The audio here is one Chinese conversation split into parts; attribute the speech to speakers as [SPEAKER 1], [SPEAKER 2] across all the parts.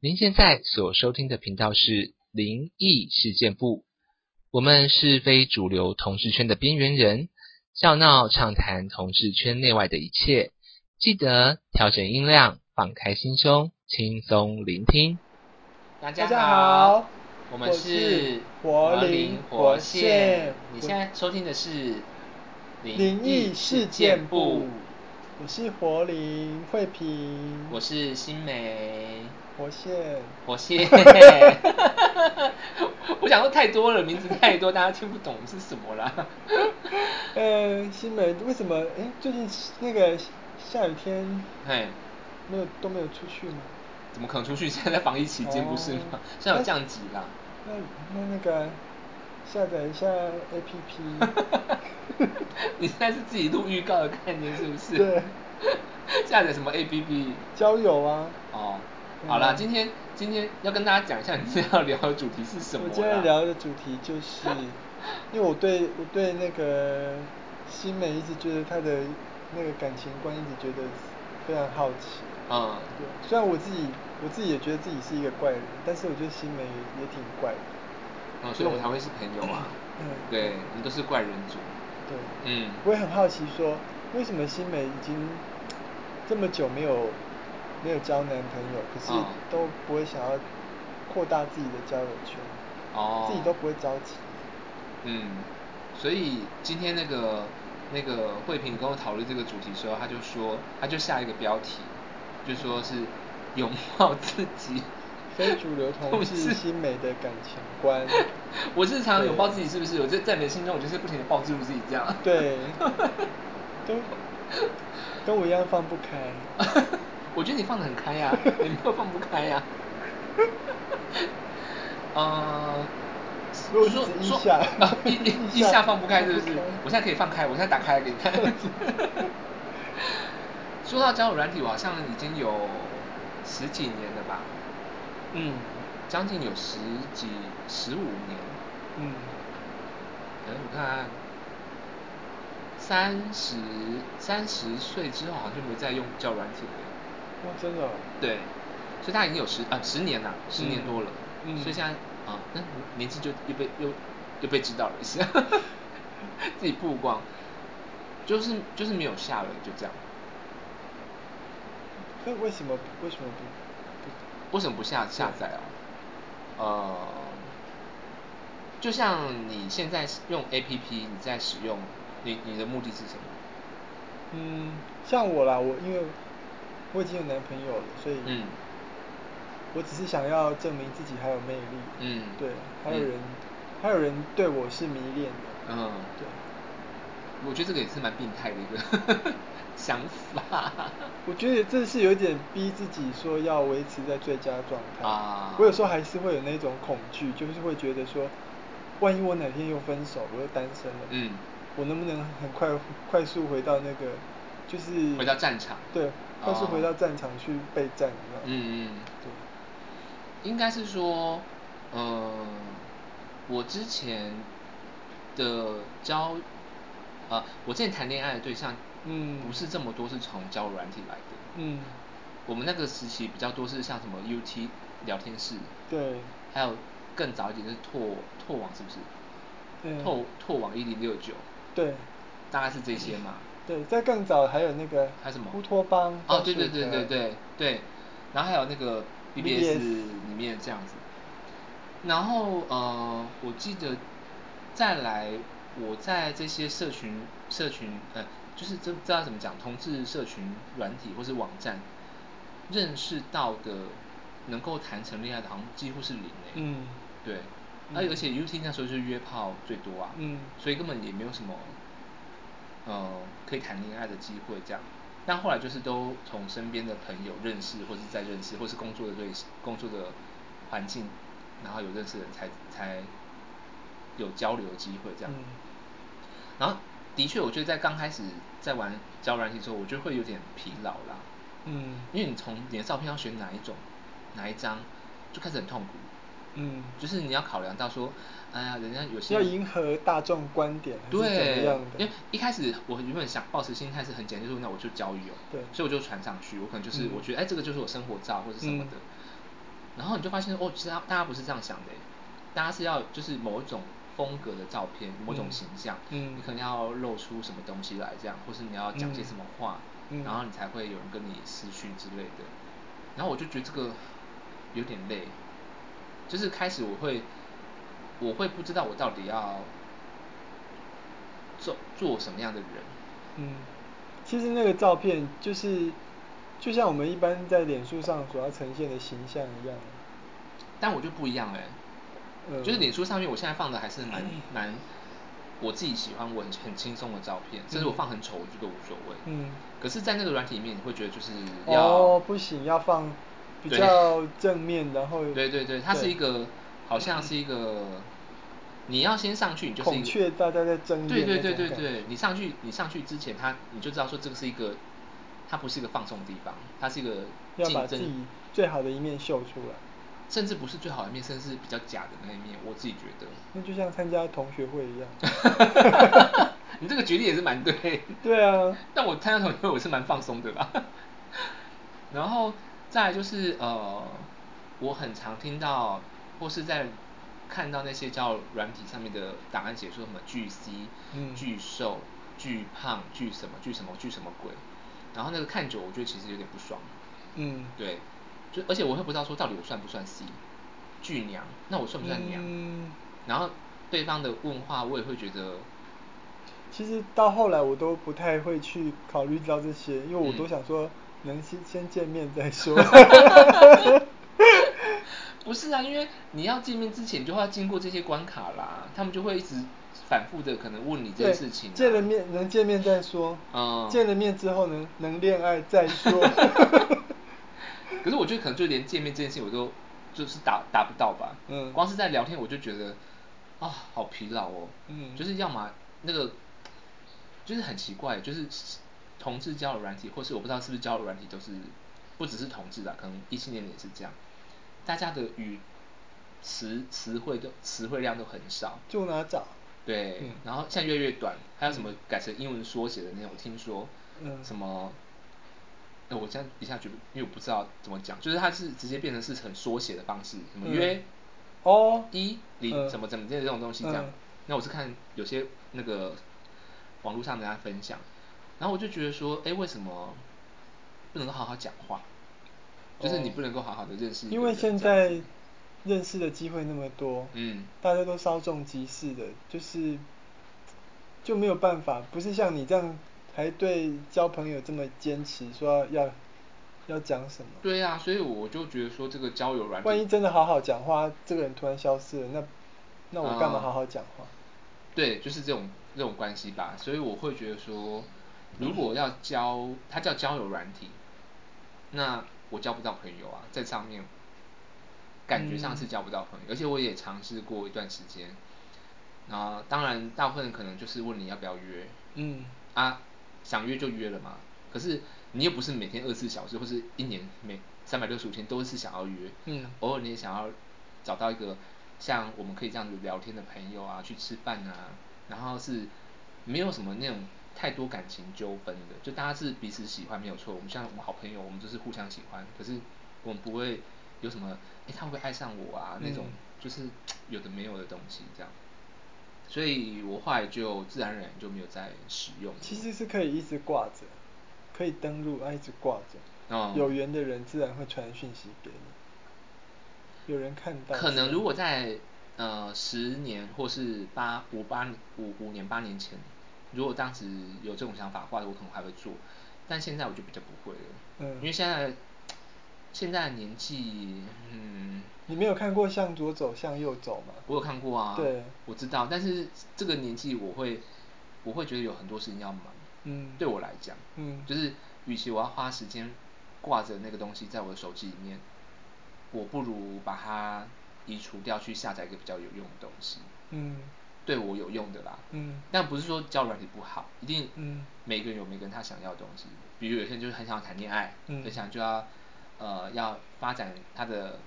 [SPEAKER 1] 您现在所收听的频道是灵异事件部，我们是非主流同志圈的边缘人，笑闹畅谈同志圈内外的一切。记得调整音量，放开心胸，轻松聆听。大
[SPEAKER 2] 大家，好，
[SPEAKER 1] 我们是
[SPEAKER 2] 我是活灵活现
[SPEAKER 1] 你现在收听的是
[SPEAKER 2] 灵异事件部，我是活灵慧萍，
[SPEAKER 1] 我是新梅。
[SPEAKER 2] 活现，
[SPEAKER 1] 火蟹， 我想说太多了，名字太多，大家听不懂是什么 啦。
[SPEAKER 2] 呃，新梅为什么？哎、最近那个下雨天
[SPEAKER 1] 嘿，
[SPEAKER 2] 没有都没有出去吗？
[SPEAKER 1] 怎么可能出去？现在在防疫期间不是吗
[SPEAKER 2] 哦？
[SPEAKER 1] 现在有降级 啦。
[SPEAKER 2] 那那那个下载一下 APP，
[SPEAKER 1] 你现在是自己录预告的概念是不是？
[SPEAKER 2] 对。
[SPEAKER 1] 下载什么 APP？
[SPEAKER 2] 交友啊。
[SPEAKER 1] 哦，
[SPEAKER 2] 嗯
[SPEAKER 1] 好啦，今天今天要跟大家讲一下，你今天要聊的主题是什么
[SPEAKER 2] 我
[SPEAKER 1] 啦？
[SPEAKER 2] 今天聊的主题 就是，因为我对我对那个新美一直觉得她的那个感情观一直觉得非常好奇。
[SPEAKER 1] 嗯，
[SPEAKER 2] 对，虽然我自己我自己也觉得自己是一个怪人，但是我觉得新美也也挺怪的。
[SPEAKER 1] 嗯，所以我们才会是朋友啊。
[SPEAKER 2] 嗯
[SPEAKER 1] 对，我们都是怪人族。
[SPEAKER 2] 对，
[SPEAKER 1] 嗯
[SPEAKER 2] 我也很好奇说，为什么新美已经这么久没有没有交男朋友，可是
[SPEAKER 1] 嗯
[SPEAKER 2] 都不会想要扩大自己的交友圈，
[SPEAKER 1] 哦
[SPEAKER 2] 自己都不会着急。
[SPEAKER 1] 嗯，所以今天那个那个慧萍跟我讨论这个主题的时候，她就说，她就下一个标题，就说是拥抱自己。，
[SPEAKER 2] 非主流同志新美的感情观
[SPEAKER 1] 我日常拥抱自己，是不是？我在在你的心中，我就是不停的抱住自己这样。
[SPEAKER 2] 对，都跟我一样放不开。
[SPEAKER 1] 我觉得你放得很开呀、 你没有放不开呀、呃，
[SPEAKER 2] 如果
[SPEAKER 1] 说
[SPEAKER 2] 是指一
[SPEAKER 1] 说
[SPEAKER 2] 下
[SPEAKER 1] 啊，一一一
[SPEAKER 2] 一下
[SPEAKER 1] 下放不开是不是
[SPEAKER 2] 放不开？
[SPEAKER 1] 我现在可以放开，我现在打开来给你 看。说到交友软体，我好像已经有十几年了吧，
[SPEAKER 2] 嗯
[SPEAKER 1] 将近有十几十五年。
[SPEAKER 2] 嗯，
[SPEAKER 1] 哎，我看三十三十岁之后好像就没再用交友软体了。
[SPEAKER 2] 哇，真的哦、
[SPEAKER 1] 对，所以他已经有十啊十年了，十年多了。
[SPEAKER 2] 嗯
[SPEAKER 1] 所以现在啊，那、年纪就又被又又被知道了 一下，自己曝光，就是就是没有下文，就这样。
[SPEAKER 2] 那为什么不为什么不
[SPEAKER 1] 为什么不下下载啊？呃，就像你现在用 APP，你在使用，你你的目的是什么？
[SPEAKER 2] 不？嗯，像我啦，我因为我已经有男朋友了，所以
[SPEAKER 1] 嗯
[SPEAKER 2] 我只是想要证明自己还有魅力。
[SPEAKER 1] 嗯
[SPEAKER 2] 对，还有
[SPEAKER 1] 嗯
[SPEAKER 2] 人、还有人对我是迷恋的。
[SPEAKER 1] 嗯，
[SPEAKER 2] 对，
[SPEAKER 1] 我觉得这个也是蛮病态的一个 想法。
[SPEAKER 2] 我觉得这是有点逼自己说要维持在最佳状态
[SPEAKER 1] 啊
[SPEAKER 2] 我有时候还是会有那种恐惧，就是会觉得说，万一我哪天又分手，我又单身了，
[SPEAKER 1] 嗯，
[SPEAKER 2] 我能不能很快快速回到那个，就是
[SPEAKER 1] 回到战场
[SPEAKER 2] 对，快速
[SPEAKER 1] 哦
[SPEAKER 2] 回到战场去备战，你知道吗？
[SPEAKER 1] 嗯嗯
[SPEAKER 2] 对，
[SPEAKER 1] 应该是说，呃，我之前的交，呃，我之前谈恋爱的对象，
[SPEAKER 2] 嗯
[SPEAKER 1] 不是这么多是从交友软体来的。
[SPEAKER 2] 嗯，
[SPEAKER 1] 我们那个时期比较多是像什么 UT 聊天室，
[SPEAKER 2] 对，嗯
[SPEAKER 1] 还有更早一点就是拓拓网是不是？
[SPEAKER 2] 嗯
[SPEAKER 1] 拓拓网一零六九，
[SPEAKER 2] 对，
[SPEAKER 1] 大概是这些嘛。
[SPEAKER 2] 对，在更早还有那个
[SPEAKER 1] 还有什么？
[SPEAKER 2] 乌托邦
[SPEAKER 1] 哦，
[SPEAKER 2] 幻
[SPEAKER 1] 对对
[SPEAKER 2] 术
[SPEAKER 1] 对对
[SPEAKER 2] 者
[SPEAKER 1] 对对，然后还有那个 BBS
[SPEAKER 2] BBS
[SPEAKER 1] 里面这样子，然后呃，我记得再来我在这些社群社群呃，就是这不知道怎么讲，同志社群软体或是网站认识到的能够谈成恋爱的，好像几乎是零欸诶、
[SPEAKER 2] 嗯
[SPEAKER 1] 对，哎
[SPEAKER 2] 嗯
[SPEAKER 1] 而、而且 UT 那时候就是约炮最多啊，
[SPEAKER 2] 嗯
[SPEAKER 1] 所以根本也没有什么呃可以谈恋爱的机会这样。但后来就是都从身边的朋友认识，或是在认识，或是工作的对工作的环境，然后有认识的人才才有交流的机会这样。
[SPEAKER 2] 嗯
[SPEAKER 1] 然后的确，我觉得在刚开始在玩交友软体之后，我就会有点疲劳啦。
[SPEAKER 2] 嗯
[SPEAKER 1] 因为你从你的照片要选哪一种，哪一张，就开始很痛苦。
[SPEAKER 2] 嗯，
[SPEAKER 1] 就是你要考量到说，哎呀，人家有些
[SPEAKER 2] 要
[SPEAKER 1] 人
[SPEAKER 2] 迎合大众观点还是怎么
[SPEAKER 1] 对
[SPEAKER 2] 样，
[SPEAKER 1] 因
[SPEAKER 2] 的
[SPEAKER 1] 为？一开始我原本想抱持心态是很简单，就是那我就交友，哦
[SPEAKER 2] 对
[SPEAKER 1] 所以我就传上去，我可能就是、
[SPEAKER 2] 嗯
[SPEAKER 1] 我觉得哎这个就是我生活照或者什么的，
[SPEAKER 2] 嗯
[SPEAKER 1] 然后你就发现哦，其实他大家不是这样想的耶，大家是要就是某一种风格的照片，某种
[SPEAKER 2] 嗯
[SPEAKER 1] 形象，
[SPEAKER 2] 嗯
[SPEAKER 1] 你可能要露出什么东西来，这样，或是你要讲些什么话，
[SPEAKER 2] 嗯嗯
[SPEAKER 1] 然后你才会有人跟你私讯之类的。然后我就觉得这个有点累，就是开始我会我会不知道我到底要做做什么样的人，
[SPEAKER 2] 嗯，其实那个照片就是，就像我们一般在脸书上所要呈现的形象一样。
[SPEAKER 1] 但我就不一样哎、
[SPEAKER 2] 嗯
[SPEAKER 1] 就是脸书上面我现在放的还是 蛮蛮我自己喜欢我很很轻松的照片，甚至我放很丑我觉得无所谓。
[SPEAKER 2] 嗯
[SPEAKER 1] 可是，在那个软体里面，你会觉得就是要
[SPEAKER 2] 哦，不行，要放比
[SPEAKER 1] 对
[SPEAKER 2] 较正面，然后
[SPEAKER 1] 对对对，它是一个好像是一个，你要先上去，你就是一
[SPEAKER 2] 孔
[SPEAKER 1] 个
[SPEAKER 2] 雀大家在争
[SPEAKER 1] 对
[SPEAKER 2] 艳
[SPEAKER 1] 对
[SPEAKER 2] 那
[SPEAKER 1] 对
[SPEAKER 2] 种
[SPEAKER 1] 对
[SPEAKER 2] 感
[SPEAKER 1] 对
[SPEAKER 2] 觉，
[SPEAKER 1] 你上去你上去之前，它你就知道说这个是一个，它不是一个放松的地方，它是一个
[SPEAKER 2] 要把
[SPEAKER 1] 竞
[SPEAKER 2] 自己
[SPEAKER 1] 争，
[SPEAKER 2] 最好的一面秀出来。
[SPEAKER 1] 甚至不是最好的一面，甚至是比较假的那一面，我自己觉得。
[SPEAKER 2] 那就像参加同学会 一样。
[SPEAKER 1] 你这个举例也是蛮对。
[SPEAKER 2] 对啊
[SPEAKER 1] 但我参加同学会我是蛮放松的啦。 然后再来就是呃，我很常听到或是在看到那些叫软体上面的档案写说什么巨 C、
[SPEAKER 2] 嗯
[SPEAKER 1] 巨瘦、巨胖、巨什么、巨什么、巨什么鬼，然后那个看久，我觉得其实有点不爽。
[SPEAKER 2] 嗯
[SPEAKER 1] 对，就而且我会不知道说到底我算不算 C，巨娘，那我算不啊算娘？
[SPEAKER 2] 嗯
[SPEAKER 1] 然后对方的问话，我也会觉 得，
[SPEAKER 2] 其实到后来我都不太会去考虑到这些，因为我
[SPEAKER 1] 嗯
[SPEAKER 2] 都想说能先先见面再 说。
[SPEAKER 1] 不是啊，因为你要见面之前就要经过这些关卡啦，他们就会一直反复的可能问你这
[SPEAKER 2] 对，
[SPEAKER 1] 件事情、啊。
[SPEAKER 2] 见了面能见面再说。
[SPEAKER 1] 嗯
[SPEAKER 2] 见了面之后呢，能恋爱再 说。
[SPEAKER 1] 可是我觉得可能就连见面这件事情我都就是达达不到吧。
[SPEAKER 2] 嗯
[SPEAKER 1] 光是在聊天我就觉得啊，好疲劳哦。
[SPEAKER 2] 嗯
[SPEAKER 1] 就是要么那个就是很奇怪，就是同志交友软体，或是我不知道是不是交友软体都是不只是同志啦，可能异性恋也是这样，大家的语词词汇都词汇量都很少。
[SPEAKER 2] 住哪找？
[SPEAKER 1] 对，
[SPEAKER 2] 嗯
[SPEAKER 1] 然后现在越来越短，还有什么改成英文缩写的那种？听说，
[SPEAKER 2] 嗯
[SPEAKER 1] 什么？哎，我现在一下觉得，因为我不知道怎么讲，就是它是直接变成是很缩写的方式，什么
[SPEAKER 2] 嗯
[SPEAKER 1] 约，
[SPEAKER 2] 哦
[SPEAKER 1] 一零、
[SPEAKER 2] 嗯
[SPEAKER 1] 什么怎么这种东西这样。
[SPEAKER 2] 嗯
[SPEAKER 1] 那我是看有些那个网络上人家分享，然后我就觉得说，哎，为什么不能够好好讲话？就是你
[SPEAKER 2] 哦
[SPEAKER 1] 不能够好好的认识一个人这样子，
[SPEAKER 2] 因为现在认识的机会那么多，
[SPEAKER 1] 嗯
[SPEAKER 2] 大家都稍纵即逝的，就是就没有办法，不是像你这样还对交朋友这么坚持，说要要讲什么。
[SPEAKER 1] 对呀、所以我就觉得说这个交友软
[SPEAKER 2] 万一
[SPEAKER 1] 件，
[SPEAKER 2] 真的好好讲话，这个人突然消失了，那那我干嘛
[SPEAKER 1] 嗯
[SPEAKER 2] 好好讲话？
[SPEAKER 1] 对，就是这种这种关系吧。所以我会觉得说，如果要交，它叫交友软体，那我交不到朋友啊，在上面感觉上是交不到朋友，而且我也尝试过一段时间。啊，当然，大部分可能就是问你要不要约，
[SPEAKER 2] 嗯
[SPEAKER 1] 啊，想约就约了嘛。可是你又不是每天二十四小时，或是一年每三百六十五天都是想要约，
[SPEAKER 2] 嗯
[SPEAKER 1] 偶尔你也想要找到一个像我们可以这样子聊天的朋友啊，去吃饭啊，然后是没有什么那种太多感情纠纷的，就大家是彼此喜欢没有错。我们像我们好朋友，我们就是互相喜欢，可是我们不会有什么，诶，他会不会爱上我啊？那种
[SPEAKER 2] 嗯
[SPEAKER 1] 就是有的没有的东西这样。所以我后来就自然而然就没有再使用了。
[SPEAKER 2] 其实是可以一直挂着，可以登录，啊，一直挂着。
[SPEAKER 1] 哦
[SPEAKER 2] 有缘的人自然会传讯息给你，有人看到。
[SPEAKER 1] 可能如果在呃十年或是八五八五五年八年前，如果当时有这种想法的话，我可能还会做，但现在我就比较不会了，
[SPEAKER 2] 嗯
[SPEAKER 1] 因为现在现在的年纪，嗯，
[SPEAKER 2] 你没有看过向左走向右走吗？
[SPEAKER 1] 我有看过啊，
[SPEAKER 2] 对
[SPEAKER 1] 我知道，但是这个年纪我会我会觉得有很多事情要忙，
[SPEAKER 2] 嗯
[SPEAKER 1] 对我来讲，
[SPEAKER 2] 嗯
[SPEAKER 1] 就是与其我要花时间挂着那个东西在我的手机里面，我不如把它移除掉，去下载一个比较有用的东西，
[SPEAKER 2] 嗯
[SPEAKER 1] 对我有用的啦。
[SPEAKER 2] 嗯
[SPEAKER 1] 但不是说交友软体不好，一定，
[SPEAKER 2] 嗯
[SPEAKER 1] 每个人有每个人他想要的东西，比如有些人就是很想谈恋爱，
[SPEAKER 2] 嗯
[SPEAKER 1] 很想就要，呃，要发展他的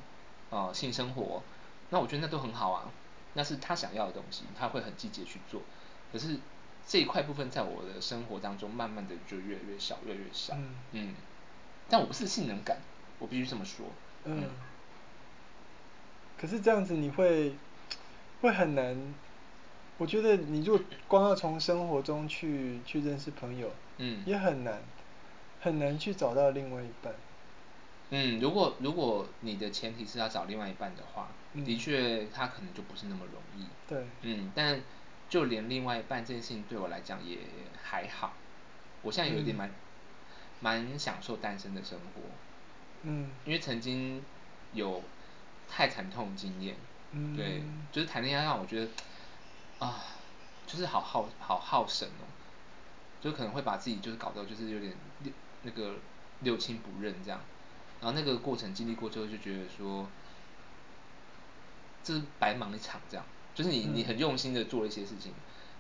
[SPEAKER 1] 呃性生活，那我觉得那都很好啊，那是他想要的东西，他会很积极地去做。可是这一块部分在我的生活当中，慢慢的就越来越少，越来越少。
[SPEAKER 2] 嗯
[SPEAKER 1] 但我不是性能感，我必须这么说。
[SPEAKER 2] 嗯，可是这样子你会会很难，我觉得你如果光要从生活中去去认识朋友，
[SPEAKER 1] 嗯
[SPEAKER 2] 也很难，很难去找到另外一半。
[SPEAKER 1] 嗯，如果如果你的前提是要找另外一半的话，
[SPEAKER 2] 嗯
[SPEAKER 1] 的确他可能就不是那么容易。
[SPEAKER 2] 对
[SPEAKER 1] 嗯，但就连另外一半这件事情对我来讲也还好，我现在有点
[SPEAKER 2] 嗯
[SPEAKER 1] 蛮、蛮享受单身的生活，
[SPEAKER 2] 嗯
[SPEAKER 1] 因为曾经有太惨痛的经验，
[SPEAKER 2] 嗯
[SPEAKER 1] 对，就是谈恋爱让我觉得啊，就是好耗好耗神哦，就可能会把自己就是搞到就是有点六那个六亲不认这样，然后那个过程经历过之后就觉得说，这是白忙一场这样，就是你你
[SPEAKER 2] 嗯
[SPEAKER 1] 很用心的做了一些事情，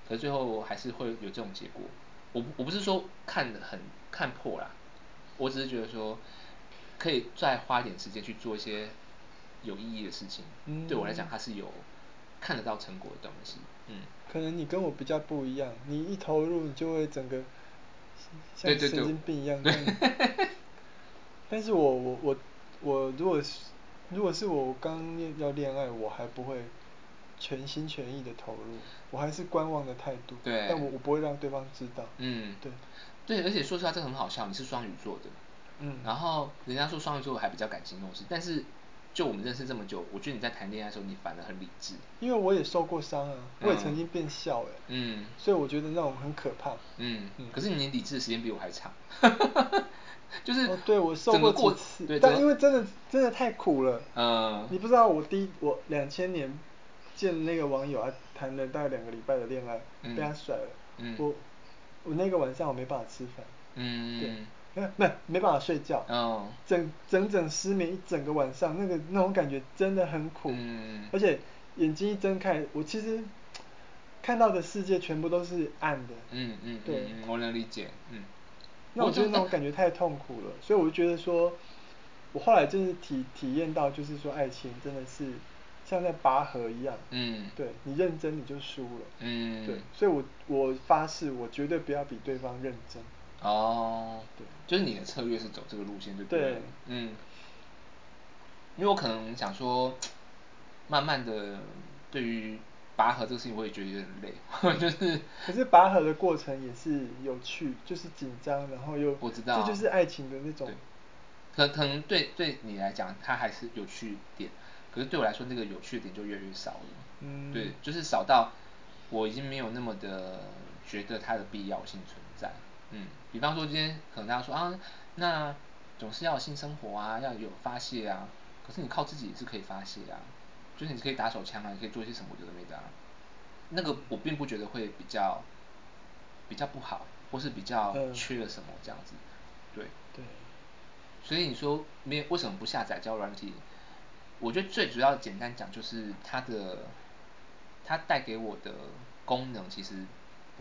[SPEAKER 1] 可是最后还是会有这种结果。我不我不是说看得很看破啦，我只是觉得说，可以再花一点时间去做一些有意义的事情，对我来讲
[SPEAKER 2] 嗯
[SPEAKER 1] 它是有看得到成果的东西。嗯，
[SPEAKER 2] 可能你跟我比较不一样，你一投入你就会整个像
[SPEAKER 1] 对
[SPEAKER 2] 神
[SPEAKER 1] 对对
[SPEAKER 2] 经病一样。
[SPEAKER 1] 对
[SPEAKER 2] 但但是我我我我如果是如果是我刚要要恋爱，我还不会全心全意的投入，我还是观望的态度。
[SPEAKER 1] 对
[SPEAKER 2] 但我我不会让对方知道。
[SPEAKER 1] 嗯
[SPEAKER 2] 对，
[SPEAKER 1] 对，而且说实话，这很好笑，你是双鱼座的，
[SPEAKER 2] 嗯
[SPEAKER 1] 然后人家说双鱼座还比较感情用事，但是就我们认识这么久，我觉得你在谈恋爱的时候，你反而很理智。
[SPEAKER 2] 因为我也受过伤啊，我也曾
[SPEAKER 1] 嗯
[SPEAKER 2] 经变笑哎、
[SPEAKER 1] 嗯
[SPEAKER 2] 所以我觉得那种很可怕。
[SPEAKER 1] 嗯
[SPEAKER 2] 嗯，
[SPEAKER 1] 可是你理智的时间比我 还长，就是、
[SPEAKER 2] 哦，对我受
[SPEAKER 1] 整个
[SPEAKER 2] 过
[SPEAKER 1] 过
[SPEAKER 2] 几次，
[SPEAKER 1] 对，
[SPEAKER 2] 但
[SPEAKER 1] 整
[SPEAKER 2] 因
[SPEAKER 1] 个
[SPEAKER 2] 为真的真的太苦了。
[SPEAKER 1] 嗯
[SPEAKER 2] 你不知道我第一我两千年见那个网友啊，谈了大概两个礼拜的恋爱，
[SPEAKER 1] 嗯
[SPEAKER 2] 被他甩了。
[SPEAKER 1] 嗯
[SPEAKER 2] 我我那个晚上我没办法吃饭，
[SPEAKER 1] 嗯，
[SPEAKER 2] 对，没没办法睡觉，
[SPEAKER 1] 哦
[SPEAKER 2] 整整整失眠一整个晚上，那个那种感觉真的很苦，
[SPEAKER 1] 嗯
[SPEAKER 2] 而且眼睛一睁开，我其实看到的世界全部都是暗的，
[SPEAKER 1] 嗯嗯，
[SPEAKER 2] 对
[SPEAKER 1] 嗯，嗯我能理解，嗯。
[SPEAKER 2] 那我觉得
[SPEAKER 1] 就
[SPEAKER 2] 那种感觉太痛苦了，所以我就觉得说，我后来真是体体验到，就是说爱情真的是像在拔河一样，
[SPEAKER 1] 嗯
[SPEAKER 2] 对你认真你就输了，
[SPEAKER 1] 嗯
[SPEAKER 2] 对，所以我我发誓我绝对不要比对方认真，
[SPEAKER 1] 哦，
[SPEAKER 2] 对
[SPEAKER 1] 就是你的策略是走这个路线就
[SPEAKER 2] 对
[SPEAKER 1] 了，嗯，因为我可能想说，慢慢的对于拔河这个事情，我也觉得有点累， 就是
[SPEAKER 2] 可是拔河的过程也是有趣，就是紧张，然后又
[SPEAKER 1] 我知道，
[SPEAKER 2] 这就是爱情的那种
[SPEAKER 1] 对，可可能对对你来讲，它还是有趣点，可是对我来说，那个有趣的点就越来越少了。
[SPEAKER 2] 嗯
[SPEAKER 1] 对，就是少到我已经没有那么的觉得它的必要性存在。嗯，比方说今天可能大家说啊，那总是要有性生活啊，要有发泄啊，可是你靠自己也是可以发泄啊，就是你可以打手枪啊，你可以做一些什么有的没的啊。那个我并不觉得会比较比较不好，或是比较
[SPEAKER 2] 嗯
[SPEAKER 1] 缺了什么这样子。对，
[SPEAKER 2] 对，
[SPEAKER 1] 所以你说没有为什么不下载交友软体？我觉得最主要简单讲就是它的，它带给我的功能其实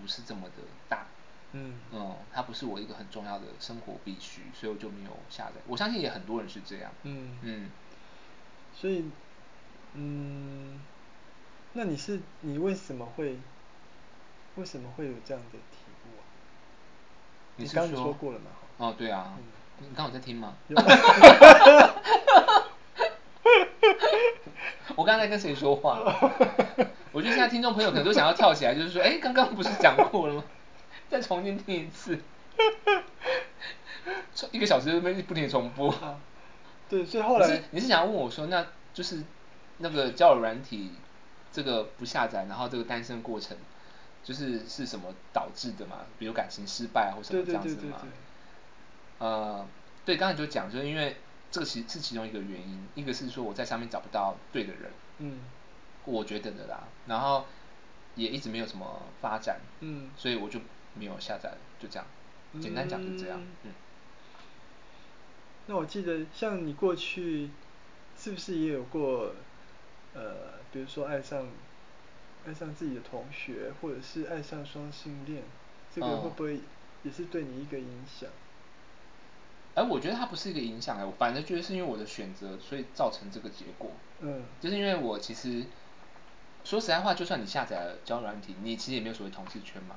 [SPEAKER 1] 不是这么的大，
[SPEAKER 2] 嗯
[SPEAKER 1] 嗯，它不是我一个很重要的生活必须，所以我就没有下载。我相信也很多人是这样，
[SPEAKER 2] 嗯
[SPEAKER 1] 嗯，
[SPEAKER 2] 所以，嗯，那你是你为什么会为什么会有这样的体悟啊？你
[SPEAKER 1] 是
[SPEAKER 2] 刚刚
[SPEAKER 1] 说
[SPEAKER 2] 说过了嘛嗯
[SPEAKER 1] 哦，对啊，你刚好在听吗？
[SPEAKER 2] 啊
[SPEAKER 1] 我刚才在跟谁说话？我觉得现在听众朋友可能都想要跳起来，就是说，哎，刚刚不是讲过了吗？再重新听一 次，一个小时没不停地重播。
[SPEAKER 2] 啊，对，所以后来
[SPEAKER 1] 你是你是想要问我说，那就是那个交友软体这个不下载，然后这个单身过程，就是是什么导致的嘛？比如感情失败或什
[SPEAKER 2] 对
[SPEAKER 1] 么这
[SPEAKER 2] 对
[SPEAKER 1] 样
[SPEAKER 2] 对
[SPEAKER 1] 子
[SPEAKER 2] 对
[SPEAKER 1] 的
[SPEAKER 2] 对
[SPEAKER 1] 嘛？，呃，对，刚才就讲，就是因为这个其是其中一个原因，一个是说我在上面找不到对的人，
[SPEAKER 2] 嗯
[SPEAKER 1] 我觉得的啦，然后也一直没有什么发展，
[SPEAKER 2] 嗯
[SPEAKER 1] 所以我就没有下载了，就这样，简单讲就这样，
[SPEAKER 2] 嗯
[SPEAKER 1] 嗯，
[SPEAKER 2] 那我记得像你过去是不是也有过呃，比如说爱上爱上自己的同学，或者是爱上双性恋，这个会
[SPEAKER 1] 哦
[SPEAKER 2] 不会也是对你一个影响？
[SPEAKER 1] 哎、我觉得它不是一个影响哎、我反正觉得是因为我的选择，所以造成这个结果，
[SPEAKER 2] 嗯
[SPEAKER 1] 就是因为我其实说实在话，就算你下载了交友软体，你其实也没有所谓同志圈嘛，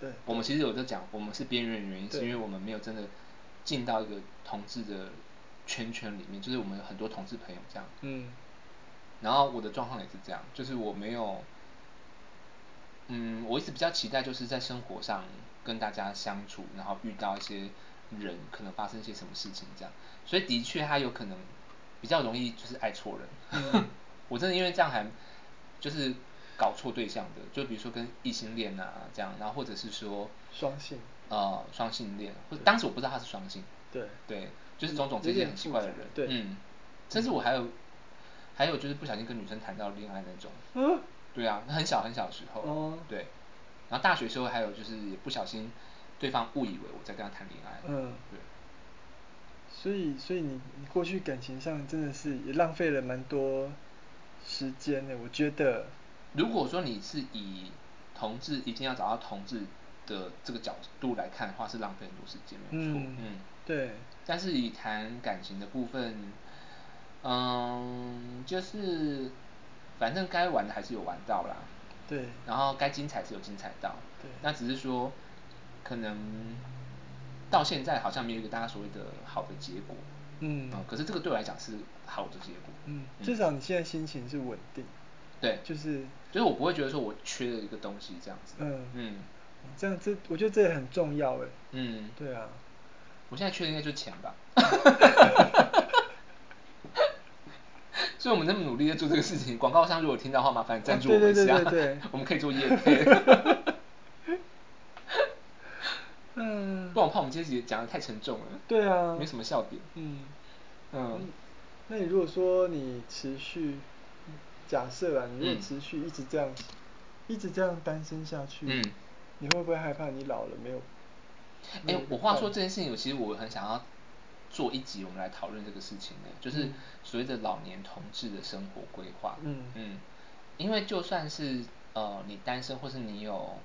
[SPEAKER 2] 对
[SPEAKER 1] 我们其实有在讲，我们是边缘人的原因，
[SPEAKER 2] 对
[SPEAKER 1] 是因为我们没有真的进到一个同志的圈圈里面，就是我们有很多同志朋友这样。
[SPEAKER 2] 嗯
[SPEAKER 1] 然后我的状况也是这样，就是我没有，嗯，我一直比较期待就是在生活上跟大家相处，然后遇到一些人，可能发生一些什么事情这样，所以的确他有可能比较容易就是爱错人， 我真的因为这样还就是搞错对象的，就比如说跟异性恋啊这样，然后或者是说
[SPEAKER 2] 双性，
[SPEAKER 1] 呃，双性恋，或者当时我不知道他是双性，
[SPEAKER 2] 对
[SPEAKER 1] 对，就是种
[SPEAKER 2] 嗯
[SPEAKER 1] 种
[SPEAKER 2] 有
[SPEAKER 1] 这些
[SPEAKER 2] 点
[SPEAKER 1] 很奇
[SPEAKER 2] 复
[SPEAKER 1] 怪的
[SPEAKER 2] 杂
[SPEAKER 1] 人，
[SPEAKER 2] 对
[SPEAKER 1] 嗯，甚至我还有，还有就是不小心跟女生谈到恋爱那种，
[SPEAKER 2] 嗯，
[SPEAKER 1] 对啊，那很小很小的时候，
[SPEAKER 2] 哦
[SPEAKER 1] 对，然后大学时候还有就是也不小心，对方误以为我在跟他谈恋爱，
[SPEAKER 2] 嗯
[SPEAKER 1] 对，
[SPEAKER 2] 所以所以你你过去感情上真的是也浪费了蛮多时间的，我觉得，
[SPEAKER 1] 如果说你是以同志一定要找到同志的这个角度来看的话，是浪费很多时间，没有错，
[SPEAKER 2] 嗯对，
[SPEAKER 1] 但是以谈感情的部分，嗯，就是反正该玩的还是有玩到啦，
[SPEAKER 2] 对
[SPEAKER 1] 然后该精彩是有精彩到，
[SPEAKER 2] 对
[SPEAKER 1] 那只是说可能到现在好像没有一个大家所谓的好的结果，
[SPEAKER 2] 嗯
[SPEAKER 1] 可是这个对我来讲是好的结果，
[SPEAKER 2] 嗯，至少你现在心情是稳定，
[SPEAKER 1] 对，
[SPEAKER 2] 就是
[SPEAKER 1] 就是我不会觉得说我缺了一个东西这样子，
[SPEAKER 2] 嗯
[SPEAKER 1] 嗯
[SPEAKER 2] 这样这我觉得这也很重要哎，
[SPEAKER 1] 嗯，
[SPEAKER 2] 对啊，
[SPEAKER 1] 我现在缺的应该就是钱 吧。所以我们那么努力在做这个事情，广告商如果听到的话，麻烦赞助我们一下，
[SPEAKER 2] 啊对对对对对
[SPEAKER 1] 我们可以做业 配。
[SPEAKER 2] 嗯
[SPEAKER 1] 不，然我怕我们这集讲的太沉重了，
[SPEAKER 2] 对啊，
[SPEAKER 1] 没什么笑点。
[SPEAKER 2] 嗯
[SPEAKER 1] 嗯，
[SPEAKER 2] 那你如果说你持续，假设啊，你如果
[SPEAKER 1] 嗯
[SPEAKER 2] 持续一直这样，一直这样单身下去，
[SPEAKER 1] 嗯
[SPEAKER 2] 你会不会害怕你老了没有？
[SPEAKER 1] 哎、
[SPEAKER 2] 没有人
[SPEAKER 1] 我话
[SPEAKER 2] 伴
[SPEAKER 1] 说这件事情，我其实我很想要做一集，我们来讨论这个事情呢，就是
[SPEAKER 2] 嗯
[SPEAKER 1] 所谓的老年同志的生活规划。
[SPEAKER 2] 嗯
[SPEAKER 1] 嗯，因为就算是呃你单身，或是你有，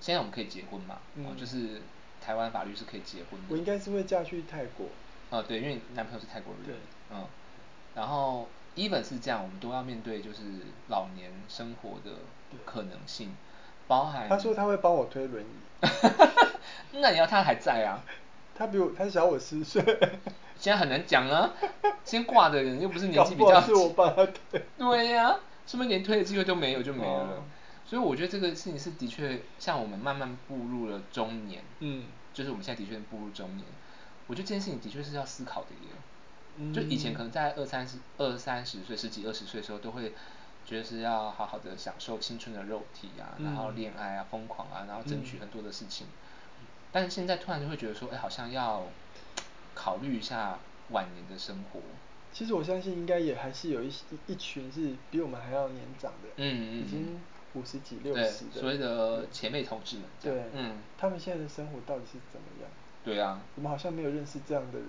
[SPEAKER 1] 现在我们可以结婚嘛，哦
[SPEAKER 2] 嗯
[SPEAKER 1] 就是台湾法律是可以结婚的。
[SPEAKER 2] 我应该是会嫁去泰国，
[SPEAKER 1] 呃，对，因为你男朋友是泰国人，
[SPEAKER 2] 对
[SPEAKER 1] 嗯，然后 even 是这样，我们都要面对就是老年生活的
[SPEAKER 2] 对
[SPEAKER 1] 可能性，包含
[SPEAKER 2] 他说他会帮我推轮椅，
[SPEAKER 1] 那你要他还 在啊，
[SPEAKER 2] 他比我他小我十岁，
[SPEAKER 1] 现在很难 讲啊，先挂的人又不是年纪比
[SPEAKER 2] 搞不
[SPEAKER 1] 较
[SPEAKER 2] 好是我帮他推，
[SPEAKER 1] 对呀、说明连推的机会都没有就没了，
[SPEAKER 2] 哦
[SPEAKER 1] 所以我觉得这个事情是的确像我们慢慢步入了中年，
[SPEAKER 2] 嗯
[SPEAKER 1] 就是我们现在的确步入中年，我觉得这件事情的确是要思考的耶。
[SPEAKER 2] 嗯
[SPEAKER 1] 就以前可能在二三十、二三十岁、十几二十岁的时候，都会觉得是要好好的享受青春的肉体啊，然后
[SPEAKER 2] 嗯
[SPEAKER 1] 恋爱啊、疯狂啊，然后争取
[SPEAKER 2] 嗯
[SPEAKER 1] 很多的事情。但是现在突然就会觉得说，哎，好像要考虑一下晚年的生活。
[SPEAKER 2] 嗯其实我相信应该也还是有一一一群是比我们还要年长的，
[SPEAKER 1] 嗯嗯
[SPEAKER 2] 已经五十几六
[SPEAKER 1] 对，
[SPEAKER 2] 十的，
[SPEAKER 1] 所谓的前辈同志们这
[SPEAKER 2] 对
[SPEAKER 1] 样，，嗯，
[SPEAKER 2] 他们现在的生活到底是怎么样？
[SPEAKER 1] 对啊，
[SPEAKER 2] 我们好像没有认识这样的人，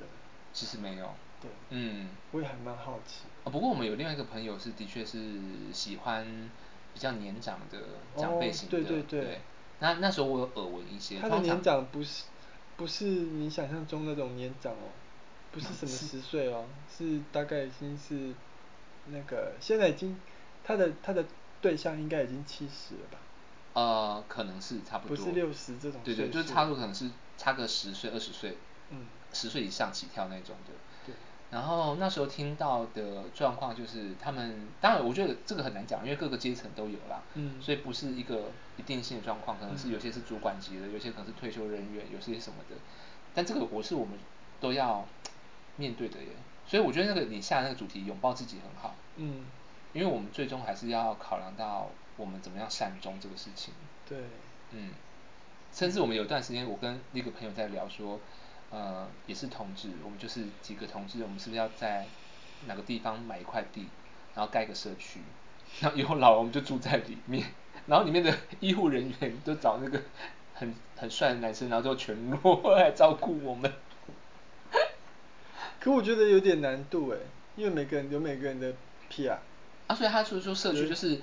[SPEAKER 1] 其实没有，
[SPEAKER 2] 对，
[SPEAKER 1] 嗯，
[SPEAKER 2] 我也还蛮好奇。
[SPEAKER 1] 哦，不过我们有另外一个朋友是，的确是喜欢比较年长的长辈
[SPEAKER 2] 哦
[SPEAKER 1] 型的，
[SPEAKER 2] 对对对
[SPEAKER 1] 对。那那时候我有耳闻一些，
[SPEAKER 2] 他的
[SPEAKER 1] 通
[SPEAKER 2] 年
[SPEAKER 1] 常
[SPEAKER 2] 长不是不是你想象中那种年长哦，不是什么十岁哦，是大概已经是那个现在已经他的他的对象应该已经七十了吧？
[SPEAKER 1] 呃，可能是差
[SPEAKER 2] 不
[SPEAKER 1] 多，
[SPEAKER 2] 是60这种
[SPEAKER 1] 对对，
[SPEAKER 2] 岁
[SPEAKER 1] 就是
[SPEAKER 2] 数
[SPEAKER 1] 差不多可能是差个十岁二十岁，
[SPEAKER 2] 嗯
[SPEAKER 1] 十岁以上起跳那种的。
[SPEAKER 2] 对。
[SPEAKER 1] 然后那时候听到的状况就是，他们当然我觉得这个很难讲，因为各个阶层都有啦，
[SPEAKER 2] 嗯
[SPEAKER 1] 所以不是一个一定性的状况，可能是
[SPEAKER 2] 嗯
[SPEAKER 1] 有些是主管级的，有些可能是退休人员，有些什么的，但这个我是我们都要面对的耶，所以我觉得那个你下那个主题拥抱自己很好，
[SPEAKER 2] 嗯，
[SPEAKER 1] 因为我们最终还是要考量到我们怎么样善终这个事情，
[SPEAKER 2] 对，
[SPEAKER 1] 嗯，甚至我们有一段时间，我跟那个朋友在聊说，呃，也是同志，我们就是几个同志，我们是不是要在哪个地方买一块地，然后盖一个社区， 然后以后老了我们就住在里面， 然后里面的医护人员都找那个很很帅的男生，然后就全裸来照顾我们。
[SPEAKER 2] 可我觉得有点难度哎，因为每个人有每个人的 P 啊，
[SPEAKER 1] 啊，所以他说说社区就是，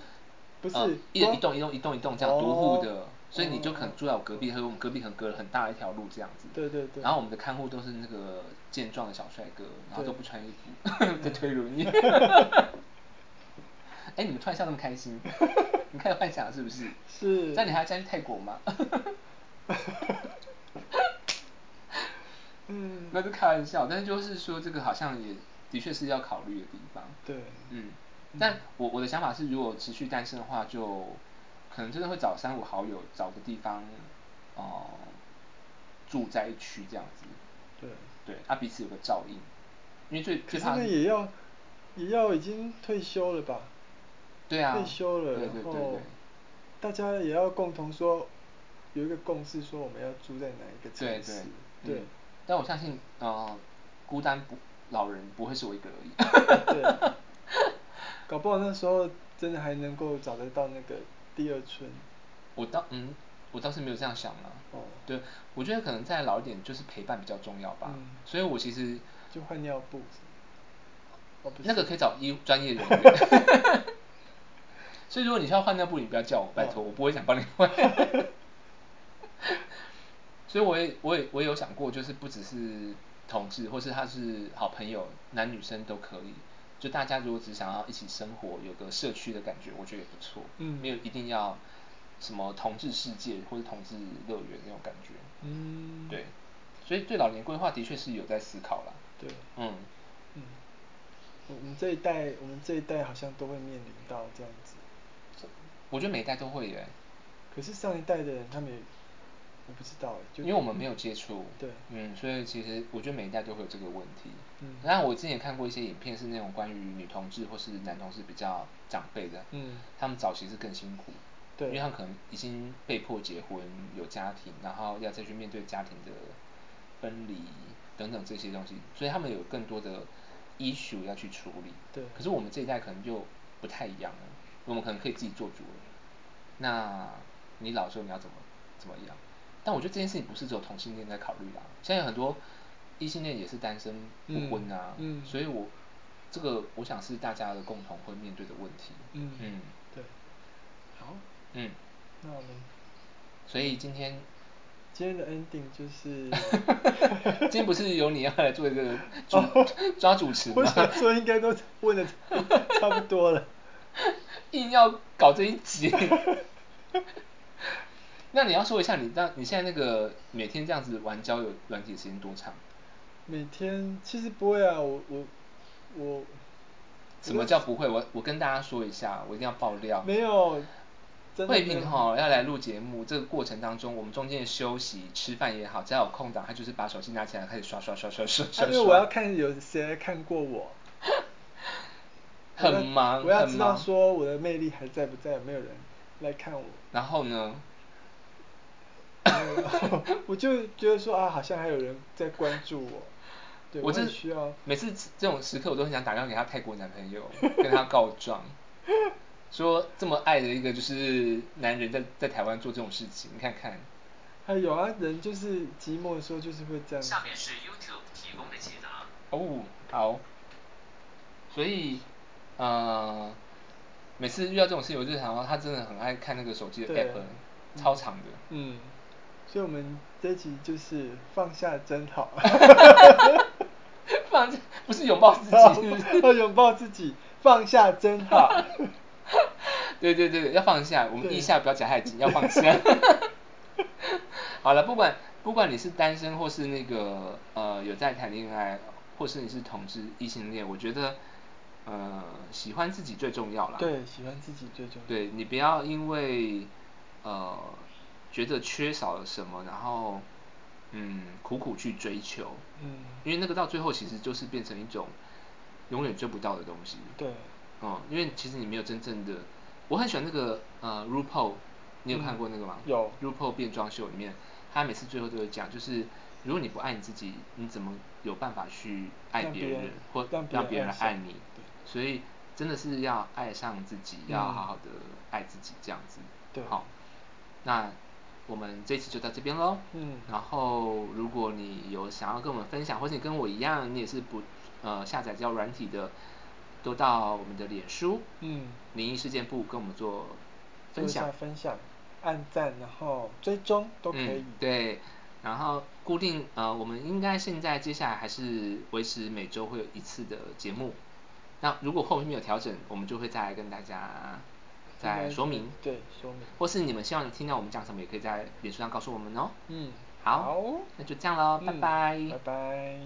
[SPEAKER 2] 不是
[SPEAKER 1] 呃一人一
[SPEAKER 2] 光
[SPEAKER 1] 栋一栋一栋一栋这样独户的，
[SPEAKER 2] 哦
[SPEAKER 1] 所以你就可
[SPEAKER 2] 哦
[SPEAKER 1] 能住在我隔壁，还有我们隔壁可能隔了很大一条路这样子。
[SPEAKER 2] 对对对
[SPEAKER 1] 然后我们的看护都是那个健壮的小帅哥，然后
[SPEAKER 2] 对
[SPEAKER 1] 都不穿衣服， 在推轮椅。 哎、你们突然笑那么 开心，你开始幻想了是不是？
[SPEAKER 2] 是
[SPEAKER 1] 那你还要加去泰国 吗？
[SPEAKER 2] 嗯
[SPEAKER 1] 那就开玩笑，但是就是说这个好像也的确是要考虑的地方。
[SPEAKER 2] 对
[SPEAKER 1] 嗯，但我我的想法是，如果持续单身的话，就可能真的会找三五好友，找个地方，哦、住在一区这样子。
[SPEAKER 2] 对，
[SPEAKER 1] 对，啊，彼此有个照应，因为最
[SPEAKER 2] 可
[SPEAKER 1] 最
[SPEAKER 2] 是
[SPEAKER 1] 怕
[SPEAKER 2] 那
[SPEAKER 1] 是
[SPEAKER 2] 也要也要已经退休了吧？
[SPEAKER 1] 对啊，
[SPEAKER 2] 退休了，哦
[SPEAKER 1] 对
[SPEAKER 2] 然
[SPEAKER 1] 对对
[SPEAKER 2] 后
[SPEAKER 1] 对，
[SPEAKER 2] 大家也要共同说有一个共识，说我们要住在哪一个城
[SPEAKER 1] 对对
[SPEAKER 2] 市，
[SPEAKER 1] 嗯但我相信，呃，孤单不老人不会是我一个而已。 嗯
[SPEAKER 2] 对， 搞不好那时候真的还能够找得到那个第二春。
[SPEAKER 1] 我倒嗯，我倒是没有这样想啊。
[SPEAKER 2] 哦
[SPEAKER 1] 对，我觉得可能再老一点，就是陪伴比较重要吧。
[SPEAKER 2] 嗯
[SPEAKER 1] 所以我其实
[SPEAKER 2] 就换尿布什么的。哦，不是。
[SPEAKER 1] 那个可以找医专业 人员。所以如果你需要换尿布，你不要叫我，拜托，
[SPEAKER 2] 哦
[SPEAKER 1] 我不会想帮你换。所以我也我也我也有想过，就是不只是同志，或是他是好朋友，男女生都可以。就大家如果只想要一起生活，有个社区的感觉，我觉得也不错。
[SPEAKER 2] 嗯
[SPEAKER 1] 没有一定要什么同志世界或者同志乐园那种感觉。
[SPEAKER 2] 嗯，
[SPEAKER 1] 对，所以对老年规划的确是有在思考啦。
[SPEAKER 2] 对，
[SPEAKER 1] 嗯，
[SPEAKER 2] 嗯，我我们这一代，我们这一代好像都会面临到这样子。
[SPEAKER 1] 我觉得每一代都会耶，
[SPEAKER 2] 可是上一代的人，他们也我不知道哎，就
[SPEAKER 1] 因为我们没有接触，
[SPEAKER 2] 对
[SPEAKER 1] 嗯，所以其实我觉得每一代都会有这个问题。
[SPEAKER 2] 嗯
[SPEAKER 1] 然后我之前也看过一些影片，是那种关于女同志或是男同志比较长辈的，
[SPEAKER 2] 嗯
[SPEAKER 1] 他们早期是更辛苦，
[SPEAKER 2] 对
[SPEAKER 1] 因为他们可能已经被迫结婚、有家庭，然后要再去面对家庭的分离等等这些东西，所以他们有更多的 issue 要去处理。
[SPEAKER 2] 对
[SPEAKER 1] 可是我们这一代可能就不太一样了，我们可能可以自己做主了。那你老的时候你要怎么怎么样？但我觉得这件事情不是只有同性恋在考虑啦，现在有很多异性恋也是单身不婚啊，
[SPEAKER 2] 嗯嗯
[SPEAKER 1] 所以我这个我想是大家的共同会面对的问题。
[SPEAKER 2] 嗯
[SPEAKER 1] 嗯
[SPEAKER 2] 对，好，
[SPEAKER 1] 嗯，
[SPEAKER 2] 那我们
[SPEAKER 1] 所以今 天
[SPEAKER 2] 今天的 ending 就是
[SPEAKER 1] 今天不 是由你要来做一个主、抓主持
[SPEAKER 2] 哦我
[SPEAKER 1] 吗？
[SPEAKER 2] 想说应该都问的差不多了。
[SPEAKER 1] 硬要搞这一 集。那你要说一下你那你现在那个每天这样子玩交友软体的时间多长？
[SPEAKER 2] 每天其实不会啊，我我我
[SPEAKER 1] 什么叫不会？我我跟大家说一下，我一定要爆料。
[SPEAKER 2] 没有，真的
[SPEAKER 1] 慧
[SPEAKER 2] 没有啊
[SPEAKER 1] 萍哈要来录节目，这个过程当中，我们中间的休息、吃饭也好，只要有空档，她就是把手机拿起来开始刷刷刷刷刷
[SPEAKER 2] 啊
[SPEAKER 1] 刷刷。
[SPEAKER 2] 因为我要看有谁来看过我。我要
[SPEAKER 1] 很忙，
[SPEAKER 2] 我要
[SPEAKER 1] 很
[SPEAKER 2] 知道
[SPEAKER 1] 忙。
[SPEAKER 2] 说我的魅力还在不在，有没有人来看我？
[SPEAKER 1] 然后呢？
[SPEAKER 2] 我就觉得说啊，好像还有人在关注我，对
[SPEAKER 1] 我真
[SPEAKER 2] 很需要。
[SPEAKER 1] 每次这种时刻，我都很想打电话给她泰国男朋友，跟他告状， 说这么爱的一个就是男人在在台湾做这种事情，你看看。
[SPEAKER 2] 还有啊，人就是寂寞的时候就是会这样子
[SPEAKER 3] 下。面是 YouTube 提供的解答。
[SPEAKER 1] 哦，好。所以，呃，每次遇到这种事情，我就想到他真的很爱看那个手机的
[SPEAKER 2] 对
[SPEAKER 1] app，超长的。
[SPEAKER 2] 嗯，所以我们这一集就是放下真好，
[SPEAKER 1] 放下不是拥抱自己，是不是
[SPEAKER 2] 要哦拥抱自己，放下真好。
[SPEAKER 1] 对对对，要放下，我们
[SPEAKER 2] 对
[SPEAKER 1] 腋下不要夹太紧，要放下。 好了，不管不管你是单身或是那个呃有在谈恋爱，或是你是同志异性恋，我觉得呃喜欢自己最重要啦。
[SPEAKER 2] 对，喜欢自己最重要。
[SPEAKER 1] 对你不要因为呃觉得缺少了什么，然后嗯苦苦去追求，
[SPEAKER 2] 嗯
[SPEAKER 1] 因为那个到最后其实就是变成一种永远追不到的东西。
[SPEAKER 2] 对，
[SPEAKER 1] 哦、因为其实你没有真正的，我很喜欢那个呃 RuPaul，你有看过那个吗？
[SPEAKER 2] 嗯有
[SPEAKER 1] RuPaul 变装秀里面，他每次最后都会讲，就是如果你不爱你自己，你怎么有办法去爱
[SPEAKER 2] 让
[SPEAKER 1] 别
[SPEAKER 2] 别
[SPEAKER 1] 人
[SPEAKER 2] 人
[SPEAKER 1] 或
[SPEAKER 2] 让别
[SPEAKER 1] 让
[SPEAKER 2] 人
[SPEAKER 1] 别
[SPEAKER 2] 爱
[SPEAKER 1] 人
[SPEAKER 2] 上
[SPEAKER 1] 爱你？
[SPEAKER 2] 对
[SPEAKER 1] 所以真的是要爱上自己，要好好的爱自己这样子。
[SPEAKER 2] 嗯对
[SPEAKER 1] 好，那我们这一期就到这边喽。
[SPEAKER 2] 嗯
[SPEAKER 1] 然后如果你有想要跟我们分享，或者你跟我一样，你也是不呃下载交友软体的，都到我们的脸书，
[SPEAKER 2] 嗯
[SPEAKER 1] 灵异事件部跟我们做
[SPEAKER 2] 做
[SPEAKER 1] 分
[SPEAKER 2] 一
[SPEAKER 1] 享
[SPEAKER 2] 下，分享，按赞，然后追踪都可以
[SPEAKER 1] 嗯。。对，然后固定呃，我们应该现在接下来还是维持每周会有一次的节目。那如果后面有调整，我们就会再来跟大家
[SPEAKER 2] 应
[SPEAKER 1] 再
[SPEAKER 2] 该
[SPEAKER 1] 说明。
[SPEAKER 2] 对说明
[SPEAKER 1] 或是你们希望听到我们讲什么，也可以在脸书上告诉我们哦。
[SPEAKER 2] 嗯
[SPEAKER 1] 好，
[SPEAKER 2] 好
[SPEAKER 1] 那就这样喽，拜
[SPEAKER 2] 嗯
[SPEAKER 1] 拜。
[SPEAKER 2] 拜拜。